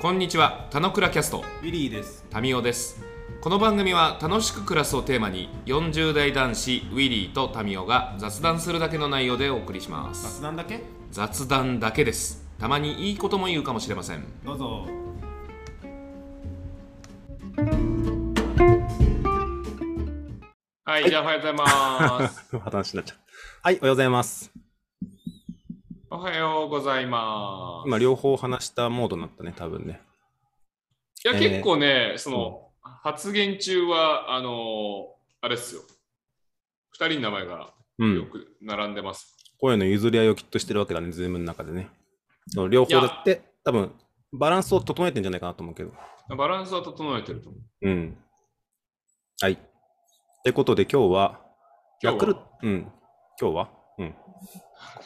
こんにちは、たのくらキャスト、ウィリーです。タミオです。この番組は楽しく暮らすをテーマに、40代男子ウィリーとタミオが雑談するだけの内容でお送りします。雑談だけ雑談だけです。たまにいいことも言うかもしれません。どう ぞ。はい、じゃあおはようござい ます。話になっちゃった。はい、おはようございます。おはようございま今、両方話したモードになったね、多分ね。す。いや、えー結構ね、その、発言中は、あのーあれっすよ。二人の名前がうよん。く並んでます。声の譲り合いをきっとしてるわけだね、ズームの中でね。その両方だって、多分バランスを整えてんじゃないかなと思うけど。バランスは整えてると思う。うん。はい。ってことで、今日は、今日はヤクルト、うん。今日はうん。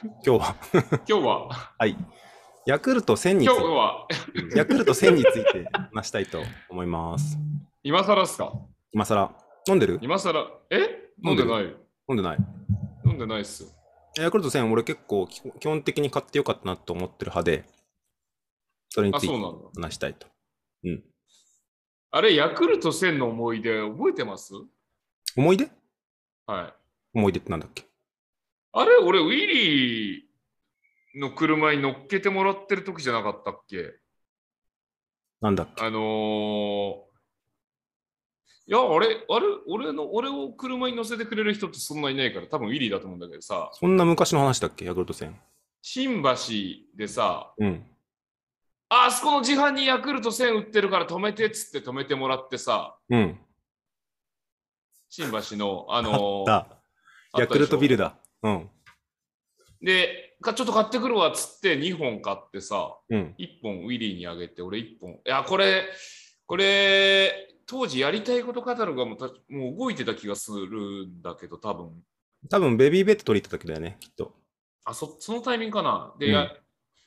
今日は、 今日は、はい。ヤクルト1000につ今い日は、て、ヤクルト1000について話したいと思います。今更っすか今更、飲んでる今更、え飲飲んんででない飲んでない飲んでないっすよ。ヤクルト1000、俺結構基基本的に買ってよかったなと思ってる派で、それにあ、ついそうてなんだ。話したいと。あれ、ヤクルト1000の思い出覚えてます思い出はい。思い出ってなんだっけあれ、俺、ウィリーの車に乗っけてもらってる時じゃなかったっけなんだっけあのー、いや、あれ、あれ、俺の、俺を車に乗せてくれる人ってそんないないから、多分ウィリーだと思うんだけどさ、そんな昔の話だっけヤクルト1000。新橋でさ、うん。ああそこの自販にヤクルト1000売ってるから止めてっつって止めてもらってさ、うん。新橋の、あのあっー、た。ヤクルトビルだ。うん。で、かちょっと買ってくるわっつって2本買ってさ、うん。 1本ウィリーにあげて、俺1本。いや、これ、これ、当時やりたいことカタログがもうたもう動いてた気がするんだけど、多分多分ベビーベッド取り入った時だよね、きっと。あそそのタイミングかな。で、うんや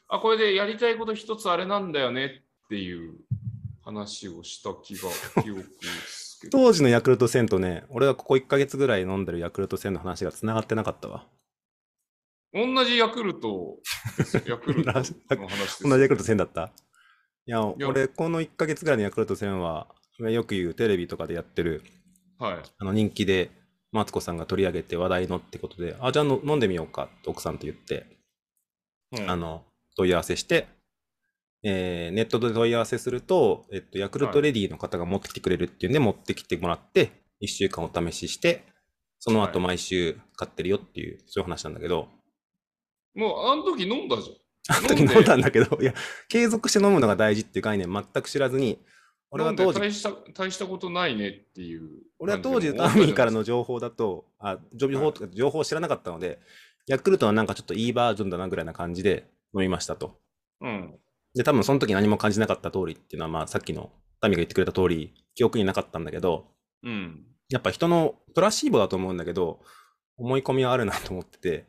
あ、これでやりたいこと一つあれなんだよねっていう話をした気が、記憶ですけど。当時のヤクルト1000とね、俺がここ1ヶ月ぐらい飲んでるヤクルト1000の話が繋がってなかったわ。同じヤクルトです よ、ヤクルトの話です。同じヤクルト1000だったいや、いや俺、この1ヶ月ぐらいのヤクルト1000は、よく言うテレビとかでやってる、はい。あの人気で、マツコさんが取り上げて話題のってことで、あ、じゃあの飲んでみようかって奥さんと言って、うんあの、問い合わせして、えーネットで問い合わせすると、えっと、ヤクルトレディの方が持ってきてくれるっていうんで、持ってきてもらって、1週間お試しして、その後は毎週買ってるよっていう、そういう話なんだけど、もう、あの時飲んだじゃん。あの 時飲んだんだけど、いや、継続して飲むのが大事っていう概念全く知らずに、俺は当なんで時、大した大したことないねっていう俺は当時、タ感じーでミーからの情報だと、あ、情報とか、情報を知らなかったので、ヤクルトはなんかちょっといいバージョンだなぐらいな感じで飲みましたと。うんで、多分その時何も感じなかった通りっていうのは、まあさっきのタミが言ってくれた通り、記憶になかったんだけど、うんやっぱ人のプラシーボだと思うんだけど、思い込みはあるなと思ってて、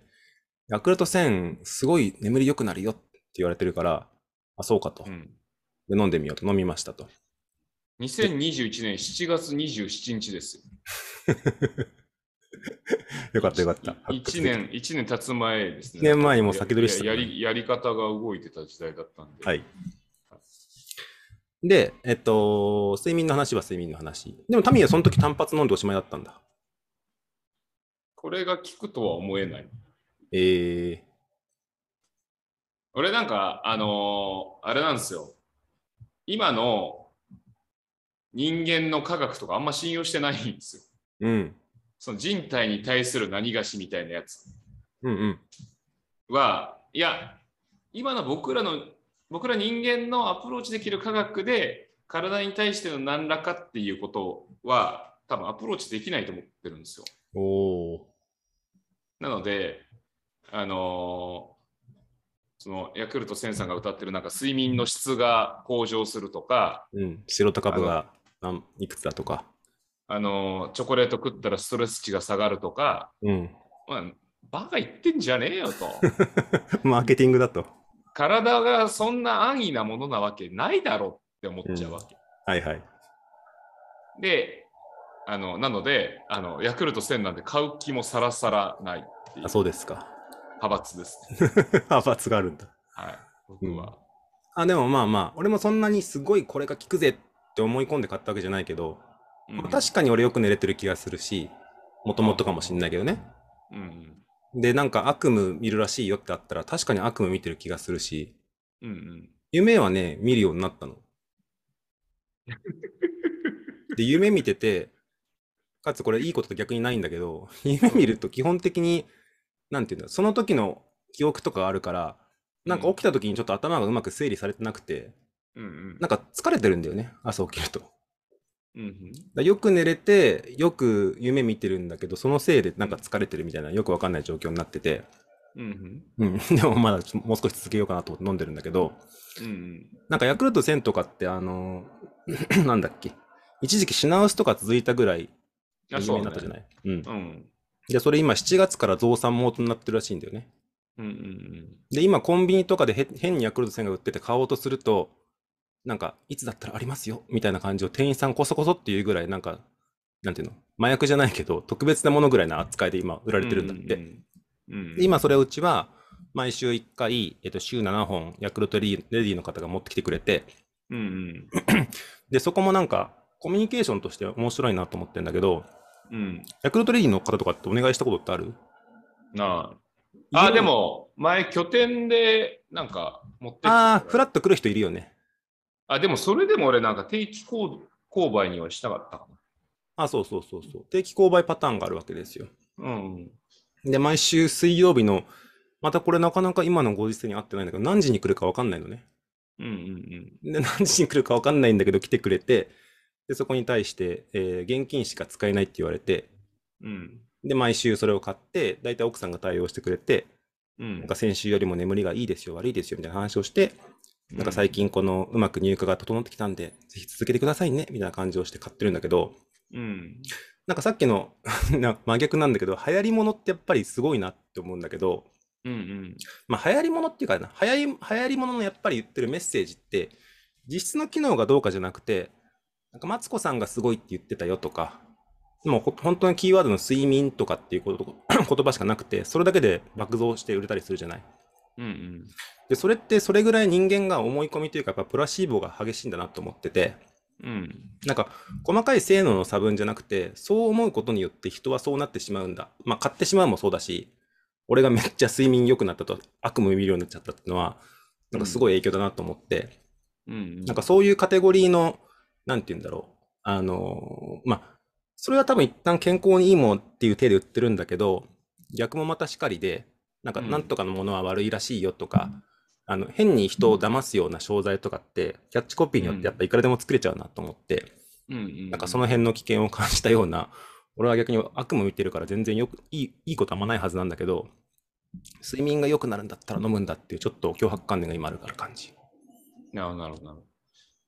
ヤクルト1000、すごい眠り良くなるよって言われてるから、あ、そうかとう。んで飲んでみようと飲みましたと。 2021年7月27日ですよ。よかったよかった。 1。年、一年経つ前ですね。一年前にもう先取りしたややり。やり方が動いてた時代だったんで。はい。で、えっと、睡眠の話は睡眠の話。でもタミはその時単発飲んでおしまいだったんだ。これが効くとは思えない。え俺なんか、あのーあれなんですよ。今の人間の科学とかあんま信用してないんですよ。ー、うん。その人体に対する何がしみたいなやつ。うんうん。は、いや、今の僕らの、僕ら人間のアプローチできる科学で、体に対しての何らかっていうことは、多分アプローチできないと思ってるんですよ。おー。なので、あのーそのヤクルト1000さんが歌ってるなんか睡眠の質が向上するとか、うん、白と株が何いくつだとか。あのーチョコレート食ったらストレス値が下がるとか、うん。 まあ、バカ言ってんじゃねえよと。マーケティングだと。体がそんな安易なものなわけないだろって思っちゃうわけ。はいはい。で、あの、なので、あの、ヤクルト1000なんで買う気もさらさらないっていう あ、そうですか。派閥ですね。派閥があるんだ。はい。僕は。あ、でもまあまあ、俺もそんなにすごいこれが効くぜって思い込んで買ったわけじゃないけど、うんまあ確かに俺よく寝れてる気がするし、もともとかもしんないけどね。うんで、なんか悪夢見るらしいよってあったら、確かに悪夢見てる気がするし、うんうん夢はね、見るようになったの。で、夢見てて、かつこれいいことと逆にないんだけど、夢見ると基本的に、なんていうんだ、その時の記憶とかあるから、なんか起きた時にちょっと頭がうまく整理されてなくて、うんうんなんか疲れてるんだよね、朝起きると。だかうんうんらよく寝れて、よく夢見てるんだけど、そのせいでなんか疲れてるみたいな、よくわかんない状況になってて、うんうんうん、 でもまだちょもう少し続けようかなと思って飲んでるんだけど、うんなんかヤクルト1000とかって、あの ーなんだっけ、一時期品薄とか続いたぐらいうんあ有そ名うだになねったじゃない。うん。うんで、それ今7月から増産元になってるらしいんだよね。うんうんで、今コンビニとかでへ変にヤクルト1000が売ってて買おうとすると、なんか、いつだったらありますよみたいな感じを店員さんこそこそっていうぐらい、なんか、なんていうの、麻薬じゃないけど、特別なものぐらいな扱いで今売ら売れてるんだって。うんで今それをうちは、毎週1回、えっと、週7本、ヤクルトレディの方が持ってきてくれて、うんうんで、そこもなんか、コミュニケーションとして面白いなと思ってるんだけど、うんヤクルトレディの方とかってお願いしたことってあるなああで。も前拠点でなんか持ってきてああ、フラッと来る人いるよね。あでもそれでも俺なんか定期購購買にはしたかったかあそうそうそうそう。定期購買パターンがあるわけですよ。なうんで、毎週水曜日の、またこれなかなか今のご時世に合ってないんだけど、何時に来るかわかんないのね。うんうんで、 何時に来るかわかんないんだけど、来てくれて、で、そこに対して、えー現金しか使えないって言われて、うんうんで、毎週それを買って、大体奥さんが対応してくれて、うんなんか先週よりも眠りがいいですよ、悪いですよ、みたいな話をして、なんか最近このうまく入荷が整ってきたんで、ぜひ続けてくださいね、みたいな感じをして買ってるんだけど、うんなんかさっきの な真逆なんだけど、流行り物ってやっぱりすごいなって思うんだけど、うんうんまあ流行り物っていうかな、流行り流行り物のやっぱり言ってるメッセージって、実質の機能がどうかじゃなくて、なんかマツコさんがすごいって言ってたよとか、もうほ本当にキーワードの睡眠とかっていうこと 言葉しかなくて、それだけで爆増して売れたりするじゃない。うんうんで、それってそれぐらい人間が思い込みというか、やっぱプラシーボが激しいんだなと思ってて、うんなんか細かい性能の差分じゃなくて、そう思うことによって人はそうなってしまうんだ。まあ買ってしまうもそうだし、俺がめっちゃ睡眠良くなったと悪夢見るようになっちゃったってのは、なんかすごい影響だなと思って、うんなんかそういうカテゴリーの、なんて言うんだろう。あのーまあ、それは多分一旦健康にいいもんっていう手で売ってるんだけど、逆もまたしかりで、なんかうんなんとかのものは悪いらしいよとか、あの変に人を騙すような商材とかって、キャッチコピーによってやっぱいくらでも作れちゃうなと思って、うんうんなんかその辺の危険を感じたような、俺は逆に悪夢見てるから全然よくいいいいことあんまないはずなんだけど、睡眠が良くなるんだったら飲むんだっていうちょっと脅迫観念が今あるから感じ。なるほど、なるほどなるほど。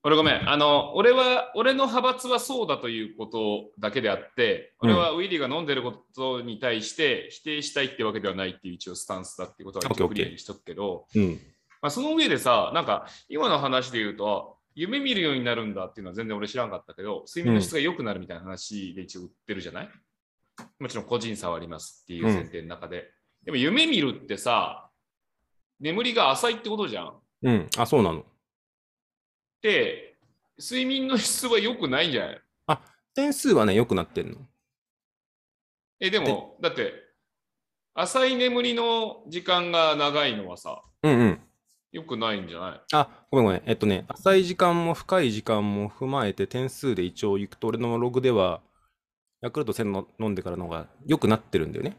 俺ごめん、あの、俺は、俺の派閥はそうだということだけであって、うん俺はウィリーが飲んでることに対して否定したいってわけではないっていう一応スタンスだっていうことは一応 OK クリアにしとくけど、うん。まあ、その上でさ、なんか今の話で言うと、あ夢見るようになるんだっていうのは全然俺知らんかったけど、睡眠の質が良くなるみたいな話で一応売ってるじゃない、もちろん個人差はありますっていう前提の中で。でも夢見るってさ、眠りが浅いってことじゃん。うん。あ、そうなの。で、睡眠の質は良くないんじゃない点数はね、良くなってんの。え、でも、だって、浅い眠りの時間が長いのはさ、うんうん。良くないんじゃないあ、ごめんごめん。えっとね、浅い時間も深い時間も踏まえて点数で一応行くと、俺のログでは、ヤクルト1000の飲んでからの方が良くなってるんだよね。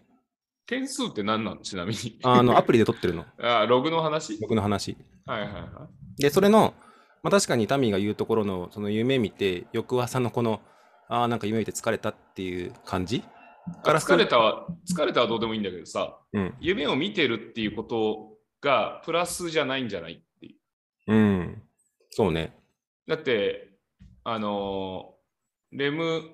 点数って何なのちなみに。あ の、アプリで取ってるの。あ、ログの話僕の話。はいはいはで、それの、まあ、確かにタミーが言うところの、その夢見て、翌朝のこの、ああ、なんか夢見て疲れたっていう感じい。からす疲るれたは、疲れたはどうでもいいんだけどさ、うん。夢を見てるっていうことがプラスじゃないんじゃないっていう。うん。そうね。だって、あのーレム、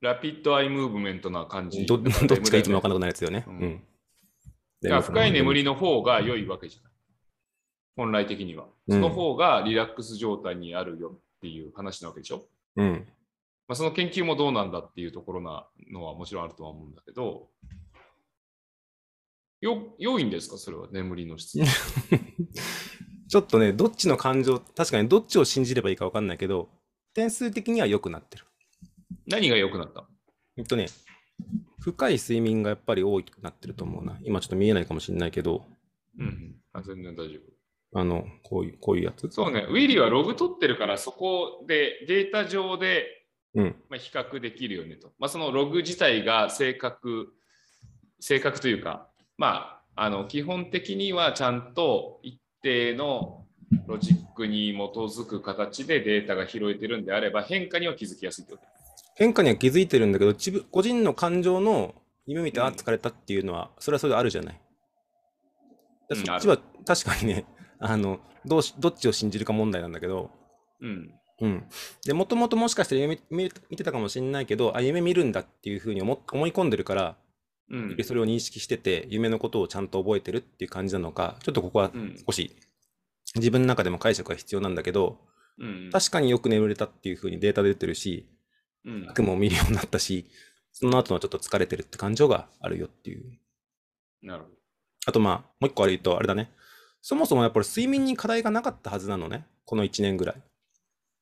ラピッドアイムーブメントな感じ。どどっちかいつも分かんんなくなるやつだよね。ううんん。だから深い眠り。りの方が良いわけじゃない。本来的には。うんその方がリラックス状態にあるよっていう話なわけでしょ。うん。まあ、その研究もどうなんだっていうところなのはもちろんあるとは思うんだけど、よ、良いんですかそれは眠りの質。ちょっとね、どっちの感情、確かにどっちを信じればいいか分かんないけど、点数的には良くなってる。何が良くなったえっとね、深い睡眠がやっぱり多くなってると思うな。今ちょっと見えないかもしれないけど、うんうん。あ全然大丈あの、こういう、こういうやつ夫。。そうね、ウィリーはログ取ってるから、そこでデータ上で、うん。まあ、比較できるよねと。まあ、そのログ自体が正確、正確というか、まあ、あの基本的にはちゃんと一定のロジックに基づく形でデータが拾えてるんであれば、変化には気づきやすいってこと変化には気づいてるんだけど、自分個人の感情の夢見て、うんあー疲れたっていうのは、それはそれであるじゃない。でうんそっちは確かにね、 あのどうし、どっちを信じるか問題なんだけど、うん。うん。で、もともともしかしたら夢見見てたかもしれないけど、あ、夢見るんだっていうふうに思思い込んでるから、うんで。それを認識してて、夢のことをちゃんと覚えてるっていう感じなのか、ちょっとここはうん少し自分の中でも解釈が必要なんだけど、うん。確かによく眠れたっていうふうにデータ出てるし、うん悪夢を見るようになったし、その後のちょっと疲れてるって感情があるよっていう。なるほど。あとまあ、もう一個あれ言うと、あれだね。そもそもやっぱり睡眠に課題がなかったはずなのね。この1年ぐらい。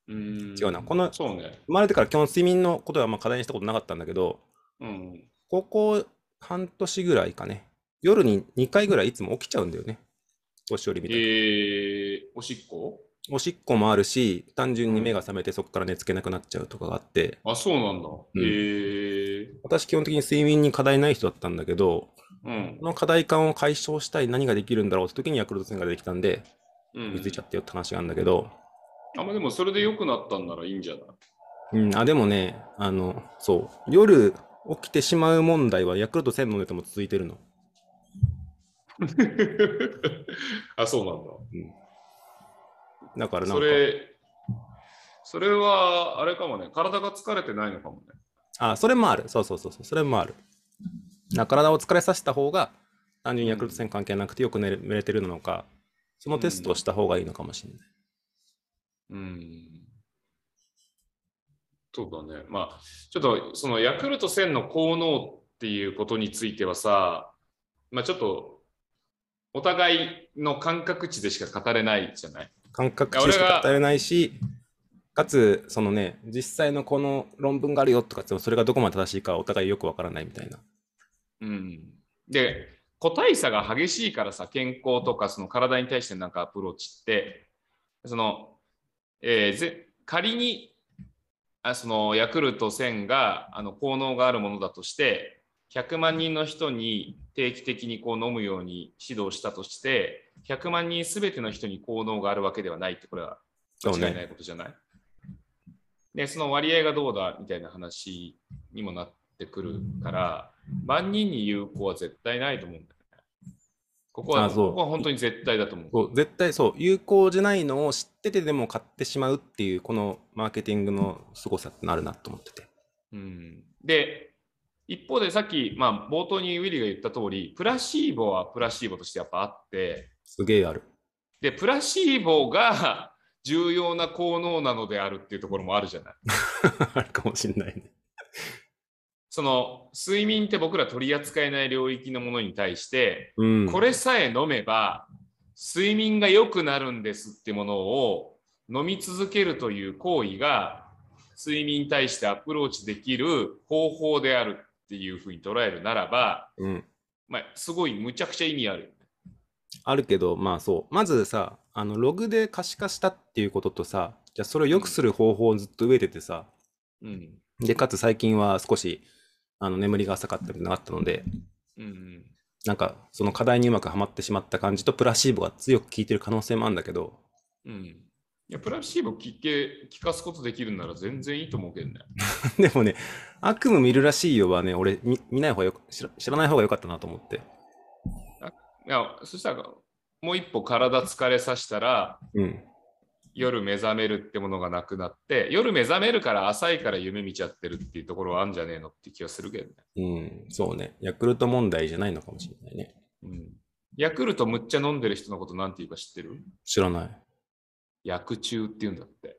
うん。違うなこのそうね。生まれてから基本睡眠のことはまあ課題にしたことなかったんだけど、うん。ここ半年ぐらいかね。夜に2回ぐらいいつも起きちゃうんだよね。年寄りみたいに。えー、おしっこおしっこもあるし、単純に目が覚めてそこから寝つけなくなっちゃうとかがあって、あ、そうなんだ。んえー、私基本的に睡眠に課題ない人だったんだけど、うんこ。の課題感を解消したい何ができるんだろうって時にヤクルト戦ができたんで、う追いんついちゃってよって話があるんだけど、あ、まあでもそれで良くなったんならいいんじゃない うん、あ、でもね、あの、そう、夜起きてしまう問題はヤクルト1000飲んでても続いてるの。あ、そうだからなんだ。そなんか、れ、それは、あれかもね、体が疲れてないのかもね。あ、それもある。そうそうそうそう、それもある。な体を疲れさせた方が、単純にヤクルト戦関係なくてよく寝れ寝れてるのか、そのテストをした方がいいのかもしれない。うん。そうだね。まあ、ちょっと、そのヤクルト1000の効能っていうことについてはさ、まあちょっと、お互いの感覚値でしか語れないじゃない感覚値しか語れないし、かつ、そのね、実際のこの論文があるよとかって、それがどこまで正しいかお互いよくわからないみたいな。うんで個体差が激しいからさ健康とかその体に対してのなんかアプローチってその、えーぜ仮にあそのヤクルト1000があの効能があるものだとして100万人の人に定期的にこう飲むように指導したとして100万人全ての人に効能があるわけではないってこれはそう間違いなね。いことじゃないでその割合がどうだみたいな話にもなってくるから万人に有効は絶対ないと思うんだよね。ここはあそうここは本当に絶対だと思う。そう絶対そう、有効じゃないのを知っててでも買ってしまうっていう、このマーケティングの凄さってなるなと思ってて。うん、で一方でさっき、まあ、冒頭にウィリーが言った通りプラシーボはプラシーボとしてやっぱあってすげえある。 でプラシーボが 重要な効能なのであるっていうところもあるじゃない。あるかもしんないね。その睡眠って僕ら取り扱えない領域のものに対してうん。これさえ飲めば睡眠が良くなるんですってものを飲み続けるという行為が睡眠に対してアプローチできる方法であるっていうふうに捉えるならば、うん。まあ、すごいむちゃくちゃ意味ある。あるけど、まあそう。まずさ、あの、ログで可視化したっていうこととさ、じゃあそれを良くする方法をずっと植えててさ、うんで、かつ最近は少し、あの、眠りが浅かったりなかったので、うんなんか、その課題にうまくはまってしまった感じと、プラシーボが強く効いてる可能性もあるんだけど、うん、いやプラシーボ聞け聞かすことできるんなら全然いいと思うけどね。 でもね、悪夢見るらしいよはね、俺、見見ない方がよく知ら、知らない方が良かったなと思って。いやそしたらもう一歩体疲れさせたらうん。夜目覚めるってものがなくなって夜目覚めるから浅いから夢見ちゃってるっていうところはあるんじゃねえのって気がするけどね、うん、そうね。ヤクルト問題じゃないのかもしれないね。うん、ヤクルトむっちゃ飲んでる人のことなんて言うか知ってる知らない。 薬中って言うんだって、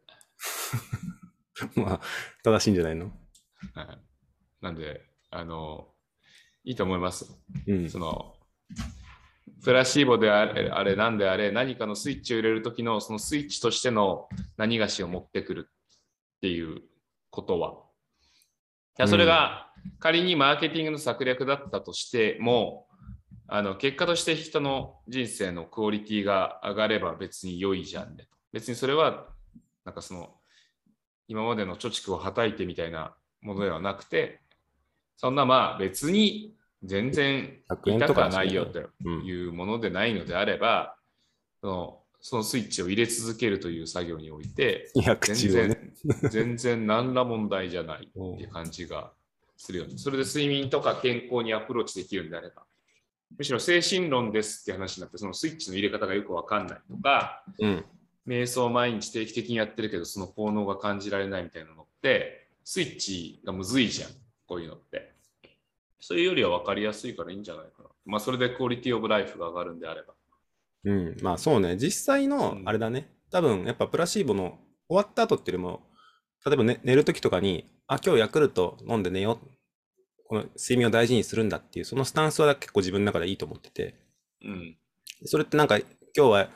まあ、正しいんじゃないのはい、なんであのいいと思いますうんそ。のプラシーボであれ、あれなんであれ、何かのスイッチを入れる時の、そのスイッチとしての何がしを持ってくるっていうことは。いやそれが仮にマーケティングの策略だったとしても、あの結果として人の人生のクオリティが上がれば別に良いじゃんね。別にそれは、なんかその、今までの貯蓄をはたいてみたいなものではなくて、そんなまあ別に全然100円痛とくかはですなねいよってうんいうものでないのであれば、そのそのスイッチを入れ続けるという作業において、 200全中をね。 然、全然何ら問題じゃないっていう感じがするよね。それで睡眠とか健康にアプローチできるんであれば。むしろ精神論ですって話になって、そのスイッチの入れ方がよくわかんないとか、うん。瞑想を毎日定期的にやってるけど、その効能が感じられないみたいなのって、スイッチがむずいじゃん、こういうのって。そういうよりは分かりやすいからいいんじゃないかな。まあ、それでクオリティオブライフが上がるんであれば。うん。まあそうね。実際のう、んあれだね。多分、やっぱプラシーボの終わった後っていうよりも、例えば、ね、寝るときとかに、あ、今日ヤクルト飲んで寝よう。この睡眠を大事にするんだっていう、そのスタンスは結構自分の中でいいと思ってて。うん。それってなんか、今日は、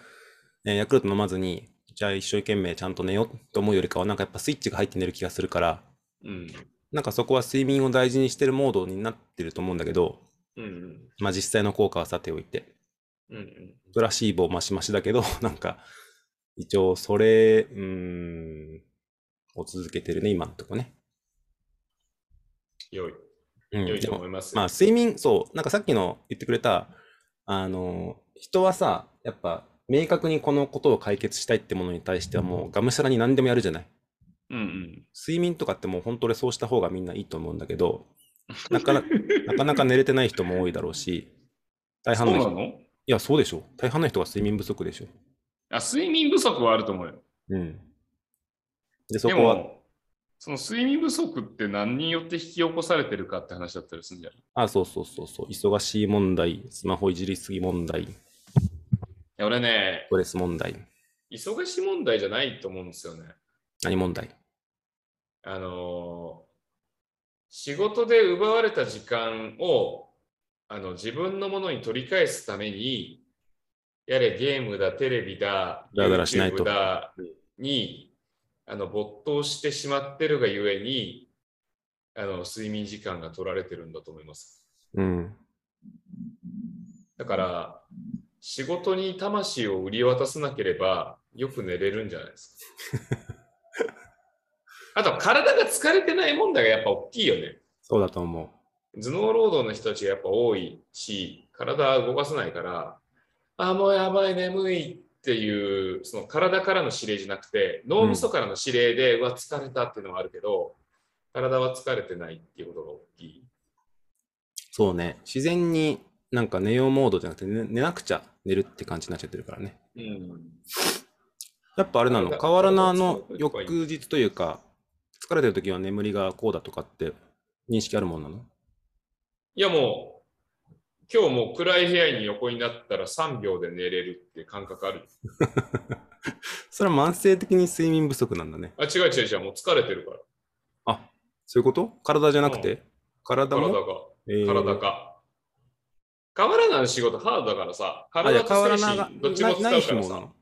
ねヤクルト飲まずに、じゃあ一生懸命ちゃんと寝ようと思うよりかは、なんかやっぱスイッチが入って寝る気がするから、うん。なんかそこは睡眠を大事にしてるモードになってると思うんだけど、うん。うんまあ実際の効果はさておいて、うん。うん。プラシーボマシマシだけど、 なんか、一応それ、うーん、を続けてるね、今のとこね。良い。うん、良いでとも思います。まあ睡眠、そう、なんかさっきの言ってくれた、あの、人はさ、やっぱ明確にこのことを解決したいってものに対してはもうがむしゃらに何でもやるじゃない。うんうん。睡眠とかってもう本当にそうした方がみんないいと思うんだ けど、なかななかなか寝れてない人も多いだろうし、大そう半のな人、いのや、そうでしょ。大半の人が睡眠不足でしょ。あ睡眠不足はあると思うよ。うん。で、そでこは、も、その睡眠不足って何によって引き起こされてるかって話だったりするんじゃないいあ、そうそうそうそう、忙しい問題、スマホいじりすぎ問題、スや俺ね、トレス問題、忙しい問題じゃないと思うんですよね。何問題。あのー仕事で奪われた時間をあの自分のものに取り返すために、やれゲームだ、テレビだ、だらだらしないと YouTube だにあの没頭してしまってるがゆえにあの、睡眠時間が取られてるんだと思います。うん。だから、仕事に魂を売り渡さなければ、よく寝れるんじゃないです か。あと、体が疲れてない問題がやっぱ大きいよね。そうだと思う。頭脳労働の人たちがやっぱ多いし、体を動かさないから、あ、もうやばい、眠いっていう、その体からの指令じゃなくて、脳みそからの指令で、うわ、疲れたっていうのはあるけど、体は疲れてないっていうことが大きい。そうね。自然になんか寝ようモードじゃなくて、ね寝なくちゃ寝るって感じになっちゃってるからね。うん。やっぱあれなの、体河原のあの体を使うとこ翌がいい日というか、疲れてる時は眠りがこうだとかって認識あるもんなのいやもう、今日もう暗い部屋に横になったら3秒で寝れるって感覚ある。それは慢性的に睡眠不足なんだね。あ、違う違う違う、もう疲れてるから。あ、そういうこと体じゃなくうんて体体もが、えー体が。変わらない仕事ハードだからさ、あ、い体や、と変わら精な神どっちもな使いう日からもさな。。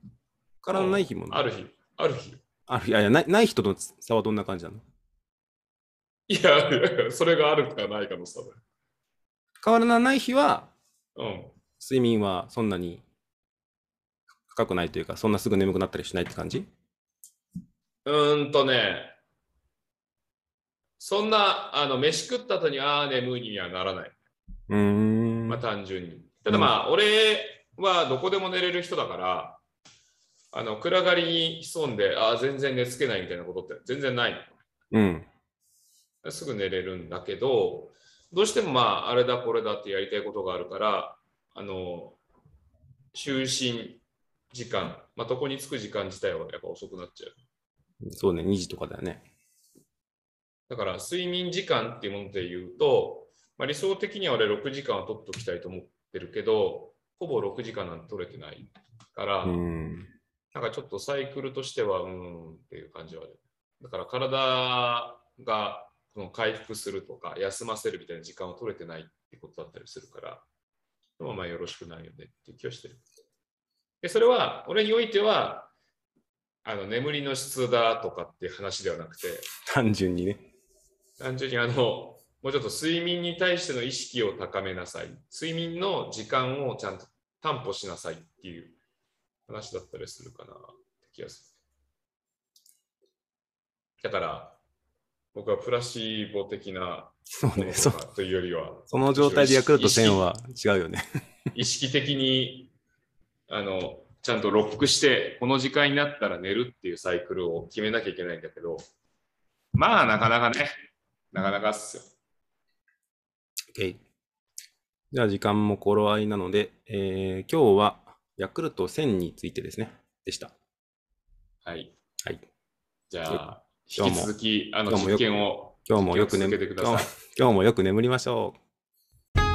体ない日もな。ある日、ある日。ある日。いやいやない、ない人との差はどんな感じなのいや、 それがあるかないかの差だよ。変わらない日は、うん。睡眠はそんなに深くないというか、そんなすぐ眠くなったりしないって感じうーんとね、そんな、あの、飯食った後に、ああ、眠いにはならない。うーん。まあ単純に。ただまあ、俺はどこでも寝れる人だから、あの暗がりに潜んで、ああ、全然寝つけないみたいなことって全然ないうん。の。すぐ寝れるんだけど、どうしてもまあ、あれだこれだってやりたいことがあるから、あの、就寝時間、まあ、床に着く時間自体はやっぱ遅くなっちゃう。そうね、2時とかだよね。だから睡眠時間っていうもので言うと、まあ、理想的には俺6時間は取っときたいと思ってるけど、ほぼ6時間なんて取れてないから、うん。なんかちょっとサイクルとしては、うーんっていう感じはある。だから体がこの回復するとか、休ませるみたいな時間を取れてないってことだったりするから、のままよろしくなるよねっていう気はしてる。で、それは、俺においては、あの、眠りの質だとかっていう話ではなくて、単純にね。単純にあの、もうちょっと睡眠に対しての意識を高めなさい。睡眠の時間をちゃんと担保しなさいっていう話だったりするかなって気がする。だから、僕はプラシーボ的な そうものね。とそかというよりは、その状態でヤクルト1000は違うよね。意識的にあのちゃんとロックしてこの時間になったら寝るっていうサイクルを決めなきゃいけないんだけどまあなかなかねなかなかっすよ OK じゃあ時間も頃合いなので、えー今日はヤクルト1000についてですね。でした。はいはい。じゃあ今引日きも続きあの今日も実よく験を今日もよく眠続けてください今日も今日もよく眠りましょう。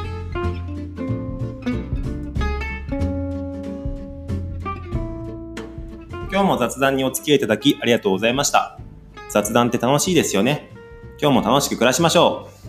今日も雑談にお付き合いいただきありがとうございました。雑談って楽しいですよね。今日も楽しく暮らしましょう。